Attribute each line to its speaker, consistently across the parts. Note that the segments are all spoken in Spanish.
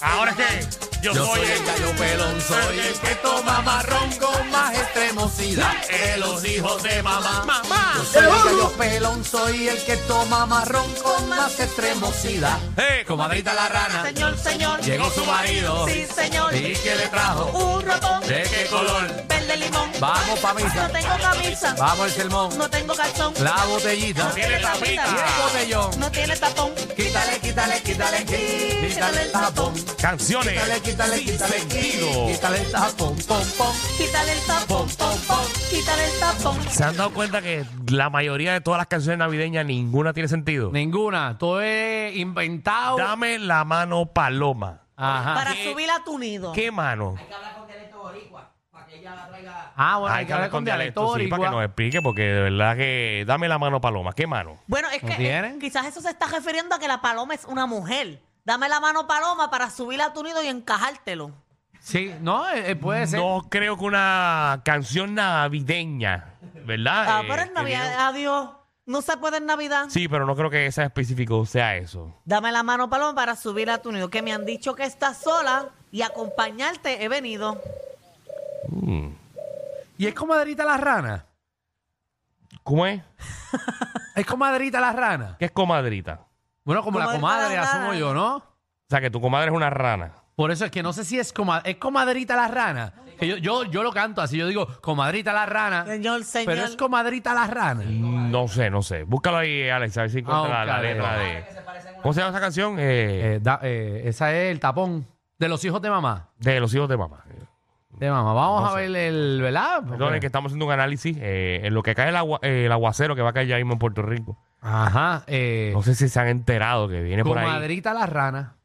Speaker 1: Ahora es que yo,
Speaker 2: Yo
Speaker 1: soy
Speaker 2: soy el gallo pelón, soy el que toma marrón con más extremosidad que los hijos de mamá.
Speaker 1: mamá.
Speaker 2: Yo soy el gallo pelón, soy el que toma marrón con más extremosidad.
Speaker 1: Eh,
Speaker 2: Comadrita la rana,
Speaker 3: Señor, señor.
Speaker 2: llegó su marido.
Speaker 3: Sí, señor.
Speaker 2: ¿Y qué le trajo?
Speaker 3: Un rotón.
Speaker 2: ¿De qué color?
Speaker 3: Verde limón.
Speaker 2: Vamos pa' misa.
Speaker 3: No tengo camisa.
Speaker 2: Vamos el sermón,
Speaker 3: No tengo calzón.
Speaker 2: la botellita y
Speaker 1: tiene tapita.
Speaker 2: el botellón.
Speaker 3: No tiene tapón.
Speaker 2: Quítale, quítale, quítale, quítale el tapón.
Speaker 1: Canciones.
Speaker 2: Quítale, quítale, quítale,
Speaker 1: sentido.
Speaker 2: quítale el tapón, pom, pom.
Speaker 3: Quítale el tapón, pom, pom. Quítale el tapón.
Speaker 1: ¿Se han dado cuenta que la mayoría de todas las canciones navideñas ninguna tiene sentido?
Speaker 4: Ninguna. Todo es inventado.
Speaker 1: Dame la mano paloma.
Speaker 4: Ajá.
Speaker 3: Para subir a tu nido.
Speaker 1: ¿Qué mano?
Speaker 4: Ah, bueno,
Speaker 1: Hay que hablar con dialecto, sí, para que nos
Speaker 4: boricua.
Speaker 1: explique, porque de verdad que dame la mano paloma. ¿Qué mano?
Speaker 3: Bueno, es
Speaker 4: ¿No
Speaker 3: que
Speaker 4: tienen?
Speaker 3: eh, quizás eso se está refiriendo a que la paloma es una mujer. Dame la mano paloma para subir a tu nido y encajártelo.
Speaker 4: Sí, no, eh, eh, puede ser.
Speaker 1: No creo que una canción navideña, ¿verdad?
Speaker 3: Ah,
Speaker 1: Eh,
Speaker 3: pero en
Speaker 1: que
Speaker 3: Navidad,
Speaker 1: diga-
Speaker 3: adiós. No se puede en Navidad.
Speaker 1: Sí, pero no creo que esa específico sea eso.
Speaker 3: Dame la mano, Paloma, para subir a tu nido. Que me han dicho que estás sola y acompañarte he venido.
Speaker 1: Hmm.
Speaker 4: Y es comadrita la rana.
Speaker 1: ¿Cómo es?
Speaker 4: Es comadrita la rana.
Speaker 1: ¿Qué es comadrita? O
Speaker 4: Bueno, como la
Speaker 3: Comadrita
Speaker 4: comadre,
Speaker 3: la
Speaker 4: asumo
Speaker 3: rana.
Speaker 4: yo, ¿no?
Speaker 1: sea, que tu comadre es una rana.
Speaker 4: Por eso es que no sé si es comadrita. Es comadrita la rana. Que yo, yo, yo lo canto así, yo digo comadrita la rana.
Speaker 3: Señor, señor.
Speaker 4: Pero es comadrita la rana.
Speaker 1: No sé, no sé. Búscalo ahí, Alex, a ver si encuentra
Speaker 4: Ah,
Speaker 1: la, la
Speaker 4: ok,
Speaker 1: letra
Speaker 4: ok.
Speaker 1: de... ¿Cómo se llama esa canción? Eh,
Speaker 4: Eh, da- eh, esa es el tapón de los hijos de mamá.
Speaker 1: de los hijos de mamá.
Speaker 4: De mamá. Vamos
Speaker 1: No
Speaker 4: a
Speaker 1: sé.
Speaker 4: ver el, ¿verdad?
Speaker 1: Perdón, es que estamos haciendo un análisis eh, en lo que cae el, agua- eh, el aguacero que va a caer ya mismo en Puerto Rico.
Speaker 4: Ajá. Eh,
Speaker 1: No sé si se han enterado que viene por ahí.
Speaker 4: comadrita la rana.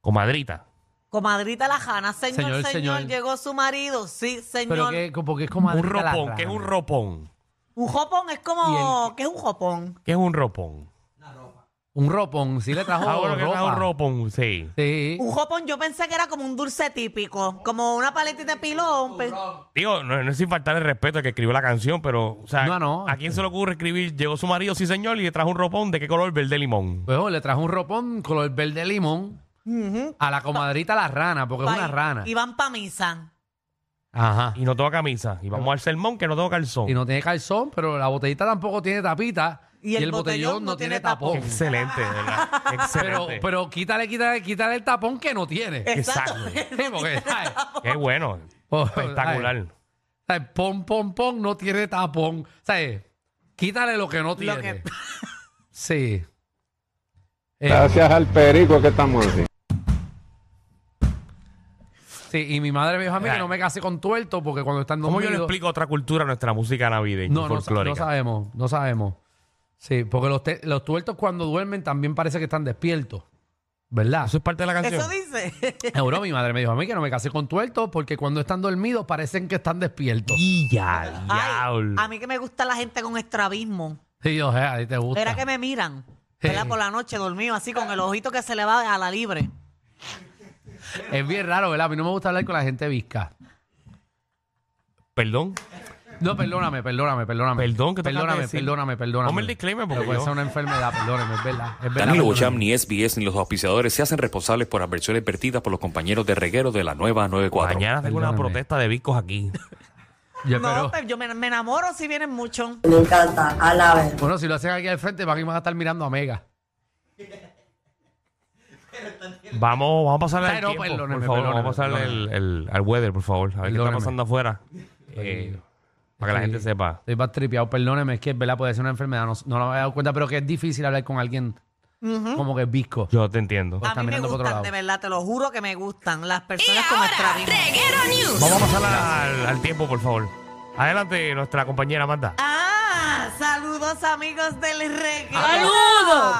Speaker 1: Comadrita.
Speaker 3: Comadrita la jana. Señor,
Speaker 4: Señor,
Speaker 3: señor,
Speaker 4: señor.
Speaker 3: llegó su marido. Sí,
Speaker 4: Pero
Speaker 3: señor.
Speaker 4: que, porque es
Speaker 1: Un
Speaker 4: comadrita la
Speaker 1: ropón.
Speaker 4: rana.
Speaker 1: ¿Qué es un ropón?
Speaker 3: Un jopón es como... ¿Qué es un jopón?
Speaker 1: ¿Qué es un ropón?
Speaker 4: Un ropón, sí le trajo
Speaker 1: Ah, bueno, que
Speaker 4: ropa.
Speaker 1: es un ropón, sí.
Speaker 4: Sí.
Speaker 3: Un jopón yo pensé que era como un dulce típico. Como una paletita de pilón. pe-
Speaker 1: Digo, no, no es sin faltar el respeto al que escribió la canción, pero, o sea,
Speaker 4: No, no.
Speaker 1: ¿a quién se le ocurre escribir? Llegó su marido, sí señor, y le trajo un ropón de qué color? Verde limón.
Speaker 4: Pues, oh, le trajo un ropón color verde limón
Speaker 3: Ujú.
Speaker 4: a la comadrita la rana, porque es
Speaker 3: Pa-
Speaker 4: Pues una rana.
Speaker 3: Y van pa' misa.
Speaker 4: Ajá.
Speaker 1: Y no tengo camisa. Y vamos al sermón que no tengo calzón.
Speaker 4: Y no tiene calzón, pero la botellita tampoco tiene tapita.
Speaker 3: Y el botellón no tiene tapón.
Speaker 1: Excelente, de verdad.
Speaker 4: Pero,
Speaker 1: Excelente.
Speaker 4: pero quítale, quítale, quítale el tapón que no tiene.
Speaker 1: Exacto.
Speaker 4: Sí, porque, ay,
Speaker 1: Qué bueno.
Speaker 4: oh,
Speaker 1: Espectacular.
Speaker 4: ay, ay, pon, pon, pon, no tiene tapón. O sea, eh, quítale lo que no tiene.
Speaker 3: que-
Speaker 4: Sí. Eh,
Speaker 5: Gracias al perico que estamos así.
Speaker 4: sí, y mi madre me dijo a mí que
Speaker 1: Ay.
Speaker 4: no me case con tuerto porque cuando están
Speaker 1: ¿Cómo yo le
Speaker 4: dormidos-
Speaker 1: explico otra cultura a nuestra música navideña
Speaker 4: No, no, sa-
Speaker 1: folclórica?
Speaker 4: no sabemos, no sabemos. Sí, porque los, te- los tuertos cuando duermen también parece que están despiertos, ¿verdad?
Speaker 1: Eso es parte de la canción.
Speaker 3: Eso dice.
Speaker 4: Seguro mi madre me dijo a mí que no me casé con tuertos porque cuando están dormidos parecen que están despiertos.
Speaker 1: Y ya,
Speaker 3: Ay,
Speaker 1: diablo.
Speaker 3: a mí que me gusta la gente con estrabismo.
Speaker 4: Sí, o sea, a ti te gusta.
Speaker 3: Era que me miran.
Speaker 4: Sí.
Speaker 3: ¿verdad? Por la noche dormido, así con el ojito que se le va a la libre.
Speaker 4: Es bien raro, ¿verdad? A mí no me gusta hablar con la gente visca.
Speaker 1: Perdón,
Speaker 4: No, perdóname, perdóname, perdóname.
Speaker 1: Perdón, ¿qué te acabas
Speaker 4: perdóname,
Speaker 1: de decir?
Speaker 4: perdóname, perdóname.
Speaker 1: Ponme el disclaimer, porque
Speaker 4: Pero puede
Speaker 1: yo-
Speaker 4: ser una enfermedad, perdóname, es verdad. Es verdad perdóname.
Speaker 6: Danilo Bocham, ni SBS, ni los auspiciadores se hacen responsables por las versiones vertidas por los compañeros de reguero de la nueva 94.
Speaker 1: mañana tengo una
Speaker 4: Perdóname.
Speaker 1: protesta de vicos aquí.
Speaker 4: Yo
Speaker 3: No,
Speaker 4: espero-
Speaker 3: pero yo me, me enamoro si vienen muchos.
Speaker 4: Pues
Speaker 7: Me encanta, alaben.
Speaker 4: Bueno, si lo hacen aquí al frente van y van a estar mirando a Mega.
Speaker 1: Vamos, vamos a pasarle
Speaker 4: Ay,
Speaker 1: al
Speaker 4: no,
Speaker 1: tiempo, por
Speaker 4: perdóneme,
Speaker 1: favor.
Speaker 4: perdóneme,
Speaker 1: vamos a pasarle el,
Speaker 4: perdóneme.
Speaker 1: el- al weather, por favor. A ver qué está
Speaker 4: Perdóneme.
Speaker 1: pasando afuera. Eh, para que la
Speaker 4: Estoy-
Speaker 1: gente sepa.
Speaker 4: Estoy más tripeado, perdóneme, es que es verdad, puede ser una enfermedad, no, no lo había dado cuenta, pero que es difícil hablar con alguien como que es visco.
Speaker 1: Yo te entiendo.
Speaker 4: Ah.
Speaker 3: A
Speaker 4: Está
Speaker 3: mí me
Speaker 4: mirando por otro
Speaker 3: gustan,
Speaker 4: lado.
Speaker 3: de verdad, te lo juro que me gustan las personas con estrabismo.
Speaker 1: Vamos a pasar al, al tiempo, por favor. Adelante, nuestra compañera Amanda.
Speaker 3: Ah, saludos amigos del reguero.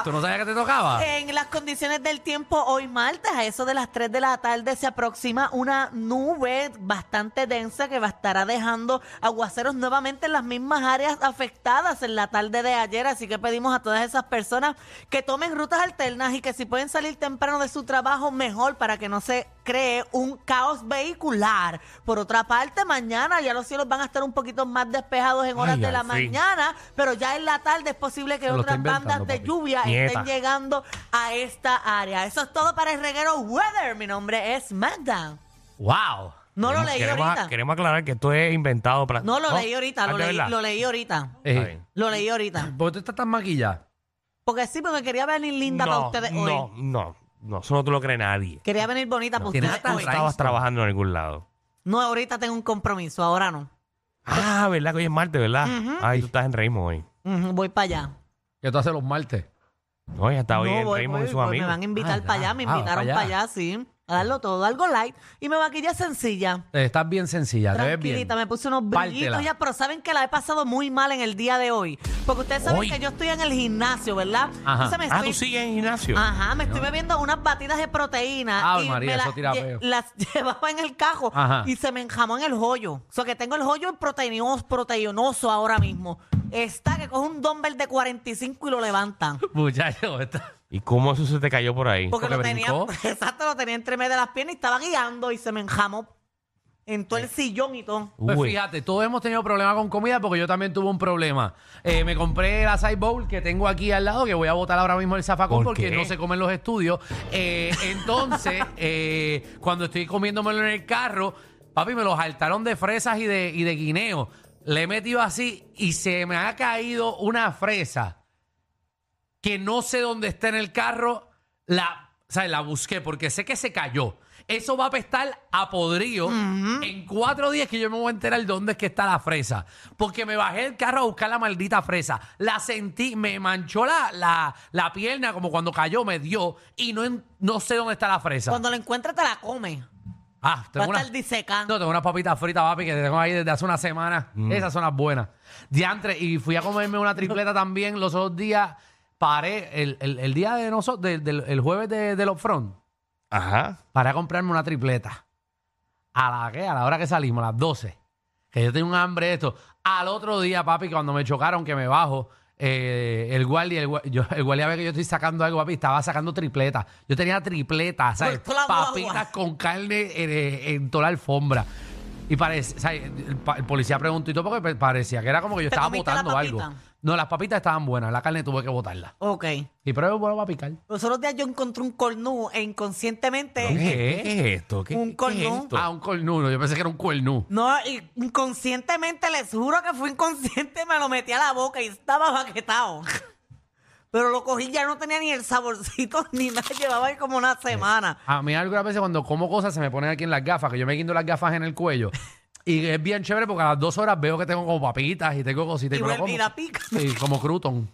Speaker 4: ¿Tú no sabías que te tocaba?
Speaker 3: En las condiciones del tiempo hoy martes, a eso de las 3 de la tarde, se aproxima una nube bastante densa que va- estará dejando aguaceros nuevamente en las mismas áreas afectadas en la tarde de ayer. Así que pedimos a todas esas personas que tomen rutas alternas y que si pueden salir temprano de su trabajo, mejor para que no se cree un caos vehicular. Por otra parte, mañana ya los cielos van a estar un poquito más despejados en horas
Speaker 1: Ay,
Speaker 3: de
Speaker 1: al
Speaker 3: la
Speaker 1: fin.
Speaker 3: mañana, pero ya en la tarde es posible que
Speaker 4: Se lo está
Speaker 3: otras bandas
Speaker 4: inventando,
Speaker 3: de
Speaker 4: papi.
Speaker 3: lluvia
Speaker 1: Nieta.
Speaker 3: estén llegando a esta área. Eso es todo para el reguero Weather. Mi nombre es Magda.
Speaker 4: ¡Wow!
Speaker 3: No lo
Speaker 1: Queremos-
Speaker 3: leí
Speaker 1: queremos,
Speaker 3: ahorita.
Speaker 1: Queremos aclarar que esto es inventado. Para...
Speaker 3: No lo leí ahorita,
Speaker 1: Ah,
Speaker 3: lo
Speaker 1: ¿de
Speaker 3: leí,
Speaker 1: verdad?
Speaker 3: lo leí ahorita.
Speaker 4: Eh,
Speaker 1: Está bien.
Speaker 3: Lo leí ahorita.
Speaker 4: ¿Por qué tú estás tan maquillada?
Speaker 3: Porque sí, porque quería venir linda para
Speaker 1: No,
Speaker 3: ustedes
Speaker 1: no,
Speaker 3: hoy.
Speaker 1: no, no, eso no te lo cree nadie.
Speaker 3: Quería venir bonita para
Speaker 4: Tienes
Speaker 3: ustedes
Speaker 4: hasta
Speaker 1: No
Speaker 3: hoy.
Speaker 4: raíz.
Speaker 1: estabas trabajando en algún lado.
Speaker 3: No, ahorita tengo un compromiso, ahora no.
Speaker 1: Ah, ¿verdad? Que hoy es martes, ¿verdad? Ay, tú estás en Raymond hoy.
Speaker 3: Ujú, voy para allá.
Speaker 4: Que tú haces los martes.
Speaker 1: Hoy hasta hoy
Speaker 3: No,
Speaker 1: en
Speaker 3: voy,
Speaker 1: Raymond
Speaker 3: voy,
Speaker 1: y sus
Speaker 3: voy, Me
Speaker 1: amigos.
Speaker 3: van a invitar
Speaker 4: Ah,
Speaker 3: para allá,
Speaker 4: ya.
Speaker 3: me
Speaker 4: Ah,
Speaker 3: invitaron
Speaker 4: pa'
Speaker 3: para
Speaker 4: allá.
Speaker 3: allá, sí. A darlo todo, algo light. Y me maquilla sencilla.
Speaker 4: Eh, Estás bien sencilla, te ves bien.
Speaker 3: Tranquilita, me puse unos
Speaker 4: Pártela.
Speaker 3: brillitos ya, pero saben que la he pasado muy mal en el día de hoy. Porque ustedes saben
Speaker 1: Hoy.
Speaker 3: que yo estoy en el gimnasio, ¿verdad?
Speaker 4: Ajá.
Speaker 3: Entonces me
Speaker 1: Ah,
Speaker 3: estoy Ah.
Speaker 1: tú sigues en gimnasio.
Speaker 3: Ajá, me estoy bebiendo unas batidas de proteína.
Speaker 4: Ave
Speaker 3: y
Speaker 4: María,
Speaker 3: me
Speaker 4: eso
Speaker 3: las
Speaker 4: tira
Speaker 3: lle-
Speaker 4: feo.
Speaker 3: Las llevaba en el cajo
Speaker 4: Ajá.
Speaker 3: y se me enjamó en el joyo. O sea, que tengo el joyo proteinoso, proteinoso ahora mismo. Está que coge un dumbbell de 45 y lo levantan.
Speaker 4: Muchachos, está-
Speaker 1: ¿Y cómo eso se te cayó por ahí?
Speaker 3: Porque,
Speaker 4: Porque
Speaker 3: lo tenía,
Speaker 4: brincó.
Speaker 3: exacto, lo tenía entre medio de las piernas y estaba guiando y se me enjamó en todo el sillón y todo.
Speaker 4: Pues
Speaker 1: Uy.
Speaker 4: fíjate, todos hemos tenido problemas con comida porque yo también tuve un problema. Eh, me compré el acai bowl que tengo aquí al lado, que voy a botar ahora mismo el zafacón
Speaker 1: ¿Por
Speaker 4: porque
Speaker 1: qué?
Speaker 4: no se come en los estudios. Eh, entonces, eh, cuando estoy comiéndomelo en el carro, papi, me los saltaron de fresas y de, y de guineo. Le he metido así y se me ha caído una fresa que no sé dónde está en el carro, la, o sea, la busqué porque sé que se cayó. Eso va a apestar a podrío en cuatro días que yo me voy a enterar dónde es que está la fresa. Porque me bajé del carro a buscar la maldita fresa. La sentí, me manchó la, la, la pierna como cuando cayó, me dio y no, en- no sé dónde está la fresa.
Speaker 3: Cuando lo encuentres te la comes.
Speaker 4: Ah,
Speaker 3: Va a
Speaker 4: tengo una-
Speaker 3: estar diseca.
Speaker 4: no, tengo unas papitas fritas, papi, que tengo ahí desde hace una semana. Esas son las buenas. Diantre, y fui a comerme una tripleta también los otros días. Paré, el, el- el día de nosotros, del, del- el jueves de, del upfront,
Speaker 1: Ajá.
Speaker 4: paré a comprarme una tripleta. ¿A la qué? A la hora que salimos, a las 12. Que yo tenía un hambre de esto. Al otro día, papi, cuando me chocaron, que me bajo, eh, el guardia, el, gua- yo- el guardia ve que yo estoy sacando algo, papi, estaba sacando tripletas. Yo tenía tripletas, ¿sabes?
Speaker 3: Por toda la
Speaker 4: Papitas
Speaker 3: guagua.
Speaker 4: con carne en, eh, en toda la alfombra. Y parece, ¿sabes? El, pa- el policía preguntó y todo porque pe- parecía que era como que yo
Speaker 3: ¿Te
Speaker 4: estaba
Speaker 3: comiste la
Speaker 4: botando algo.
Speaker 3: papita?
Speaker 4: No, las papitas estaban buenas, la carne tuve que botarla.
Speaker 3: Ok.
Speaker 4: Y pero bueno, va a picar.
Speaker 3: Los otros días yo encontré un cornú e inconscientemente...
Speaker 1: ¿Qué,
Speaker 4: ¿Qué?
Speaker 1: qué es esto? ¿Qué,
Speaker 3: Un
Speaker 1: qué es
Speaker 3: cordón.
Speaker 1: esto?
Speaker 4: Ah, un cornudo, yo pensé que era un cuernú.
Speaker 3: No, y inconscientemente, les juro que fue inconsciente, me lo metí a la boca y estaba baquetado. Pero lo cogí, ya no tenía ni el saborcito ni nada, llevaba ahí como una semana.
Speaker 4: A mí algunas veces cuando como cosas se me ponen aquí en las gafas, que yo me quito las gafas en el cuello. Y es bien chévere porque a las dos horas veo que tengo como papitas y tengo cositas.
Speaker 3: Y
Speaker 4: me lo
Speaker 3: vuelve y
Speaker 4: como.
Speaker 3: la pica.
Speaker 4: Sí, como crouton.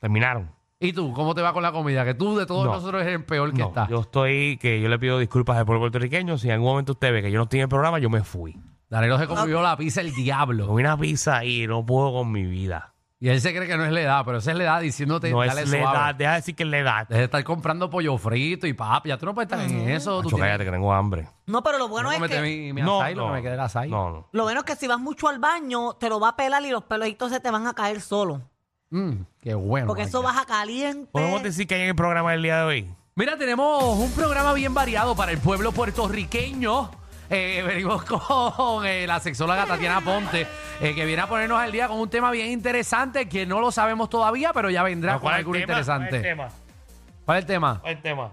Speaker 1: Terminaron.
Speaker 4: ¿Y tú, cómo te va con la comida? Que tú de todos
Speaker 1: No.
Speaker 4: nosotros eres el peor que
Speaker 1: No,
Speaker 4: está.
Speaker 1: yo estoy que yo le pido disculpas al pueblo puertorriqueño. Si en algún momento usted ve que yo no estoy en el programa, yo me fui.
Speaker 4: Danilo se comió la pizza el diablo.
Speaker 1: Comí una pizza y no puedo con mi vida.
Speaker 4: Y él se cree que no es la edad, pero esa es la edad diciéndote,
Speaker 1: No
Speaker 4: dale
Speaker 1: es la
Speaker 4: suave.
Speaker 1: edad, deja de decir que es la edad.
Speaker 4: Deja de estar comprando pollo frito y papi. Ya tú no puedes estar en eso. Tú
Speaker 1: Macho,
Speaker 4: tienes-
Speaker 1: cállate que tengo hambre.
Speaker 3: No, pero lo
Speaker 4: Yo
Speaker 3: bueno es
Speaker 4: comete
Speaker 3: que.
Speaker 4: mi, mi
Speaker 1: No,
Speaker 4: açaí, lo
Speaker 1: no.
Speaker 4: que me quede era açaí.
Speaker 1: No, no.
Speaker 3: Lo bueno es que si vas mucho al baño, te lo va a pelar y los pelojitos se te van a caer solo.
Speaker 4: Mm, qué bueno.
Speaker 3: Porque eso
Speaker 4: vaya.
Speaker 3: baja caliente.
Speaker 1: ¿Podemos decir que hay en el programa del día de hoy?
Speaker 4: Mira, tenemos un programa bien variado para el pueblo puertorriqueño. Eh, venimos con eh, la sexóloga Tatiana Ponte, eh, que viene a ponernos al día con un tema bien interesante que no lo sabemos todavía, pero ya vendrá con
Speaker 1: ¿Cuál es el
Speaker 4: algo
Speaker 1: tema? ¿Cuál es el
Speaker 4: interesante.
Speaker 1: tema?
Speaker 4: ¿Cuál es el tema?
Speaker 1: ¿Cuál es el tema?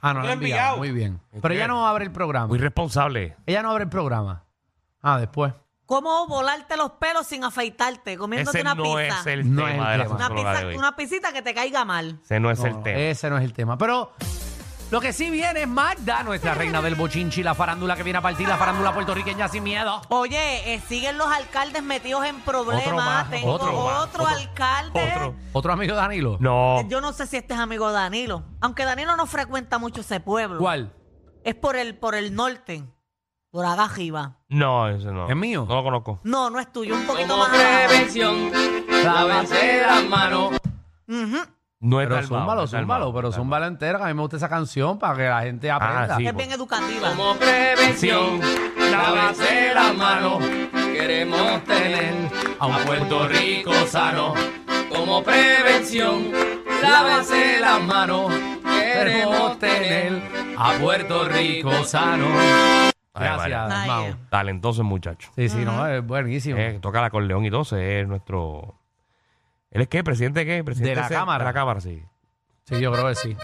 Speaker 4: Ah, no,
Speaker 1: Lo
Speaker 4: la
Speaker 1: he
Speaker 4: enviado.
Speaker 1: enviado.
Speaker 4: Muy bien.
Speaker 1: Muy
Speaker 4: Pero ella
Speaker 1: bien.
Speaker 4: no abre el programa.
Speaker 1: Muy responsable.
Speaker 4: Ella no abre el programa. Ah, después.
Speaker 3: ¿Cómo volarte los pelos sin afeitarte? Comiéndote
Speaker 1: Ese
Speaker 3: una
Speaker 1: no
Speaker 3: pizza.
Speaker 1: es el
Speaker 4: No es
Speaker 1: tema
Speaker 4: el
Speaker 1: de la
Speaker 4: tema.
Speaker 3: Una,
Speaker 1: sexóloga
Speaker 3: pizza
Speaker 1: de hoy.
Speaker 3: una pizzita que te caiga mal.
Speaker 1: Ese no es
Speaker 4: No,
Speaker 1: el
Speaker 4: no,
Speaker 1: tema.
Speaker 4: Ese no es el tema. Pero lo que sí viene es Magda, nuestra reina del bochinchi, la farándula que viene a partir, la farándula puertorriqueña sin miedo.
Speaker 3: Oye, eh, siguen los alcaldes metidos en problemas.
Speaker 1: Otro más,
Speaker 3: Tengo
Speaker 1: otro
Speaker 3: otro,
Speaker 1: más, otro,
Speaker 3: alcalde.
Speaker 1: otro. oh.
Speaker 4: Otro amigo de Danilo.
Speaker 1: No.
Speaker 3: Yo no sé si este es amigo de Danilo. Aunque Danilo no frecuenta mucho ese pueblo.
Speaker 4: ¿Cuál?
Speaker 3: Es por el, por el norte. Por Agajiba.
Speaker 1: No, ese no.
Speaker 4: ¿Es mío?
Speaker 1: No lo conozco.
Speaker 3: No, no es tuyo. Un poquito
Speaker 7: Como
Speaker 3: más. abajo.
Speaker 7: prevención, lávense las manos.
Speaker 3: Ujú.
Speaker 1: No es
Speaker 4: Pero
Speaker 1: Dalmao, no
Speaker 4: zúmbalo,
Speaker 1: es Dalmao,
Speaker 4: zúmbalo, pero
Speaker 1: Dalmao.
Speaker 4: zúmbalo entero, que a mí me gusta esa canción para que la gente aprenda.
Speaker 1: Ah, sí.
Speaker 3: Es bien educativa.
Speaker 7: Como prevención, lávense las manos. Queremos tener a un Puerto Rico sano. Como prevención, lávense las manos. Queremos tener a Puerto Rico sano.
Speaker 1: Ay, vale.
Speaker 4: Gracias,
Speaker 3: Ay,
Speaker 4: Mau.
Speaker 3: eh.
Speaker 1: Talentoso el muchacho.
Speaker 4: Sí, sí, no, es buenísimo.
Speaker 1: Eh, toca el acordeón y todo, ese es nuestro... ¿Él es qué? ¿Presidente qué? Presidente
Speaker 4: De la
Speaker 1: ese-
Speaker 4: Cámara.
Speaker 1: De la Cámara, sí.
Speaker 4: Sí, yo creo que sí.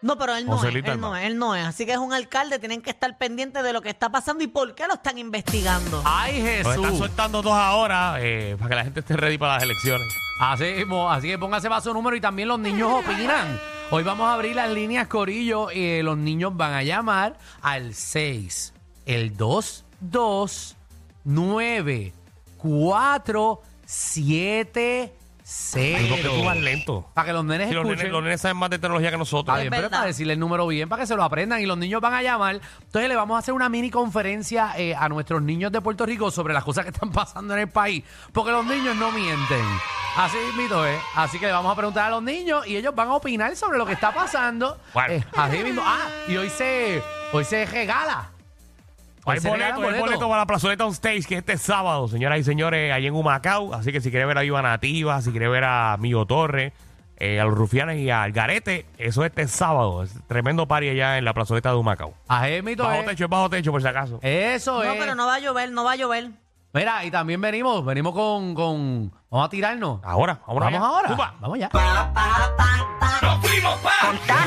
Speaker 3: No, pero él no,
Speaker 1: José
Speaker 3: es, él
Speaker 1: Litterman.
Speaker 3: no es, él no es. Así que es un alcalde, tienen que estar pendientes de lo que está pasando y por qué lo están investigando.
Speaker 4: ¡Ay,
Speaker 1: Nos están
Speaker 4: Jesús!
Speaker 1: soltando dos ahora eh, para que la gente esté ready para las elecciones.
Speaker 4: Así, mismo, así que póngase para su número y también los niños opinan. Hoy vamos a abrir las líneas Corillo y eh, los niños van a llamar al 6, el 2, 2, 9, 4, 7, 0.
Speaker 1: Digo que tú vas lento.
Speaker 4: Para que los nenes
Speaker 1: Si los,
Speaker 4: escuchen.
Speaker 1: nenes, los nenes saben más de tecnología que nosotros.
Speaker 4: Está bien, pero
Speaker 3: verdad.
Speaker 4: para decirle el número bien, para que se lo aprendan y los niños van a llamar. Entonces le vamos a hacer una mini conferencia eh, a nuestros niños de Puerto Rico sobre las cosas que están pasando en el país, porque los niños no mienten. Así mismo es. Así que le vamos a preguntar a los niños y ellos van a opinar sobre lo que está pasando.
Speaker 1: Bueno.
Speaker 4: Eh, así mismo. Ah, y hoy se, hoy se regala. Hoy
Speaker 1: Hay
Speaker 4: se
Speaker 1: Pues boleto,
Speaker 4: regalan
Speaker 1: hay
Speaker 4: boletos.
Speaker 1: boleto para la plazoleta on stage que es este sábado, señoras y señores, ahí en Humacao. Así que si quiere ver a Viva Nativa, si quiere ver a Mío Torre, eh, a los rufianes y al Garete, eso es este sábado. Es tremendo party allá en la plazoleta de Humacao.
Speaker 4: Así mismo
Speaker 1: Bajo
Speaker 4: es.
Speaker 1: techo, es bajo techo, por si acaso.
Speaker 4: Eso
Speaker 3: No,
Speaker 4: es.
Speaker 3: pero no va a llover, no va a llover.
Speaker 4: Mira, y también venimos, venimos con, con- vamos a tirarnos.
Speaker 1: Ahora, ahora.
Speaker 4: Vamos ahora.
Speaker 1: Zumba.
Speaker 4: Vamos ya.
Speaker 7: ¡Nos fuimos pa'!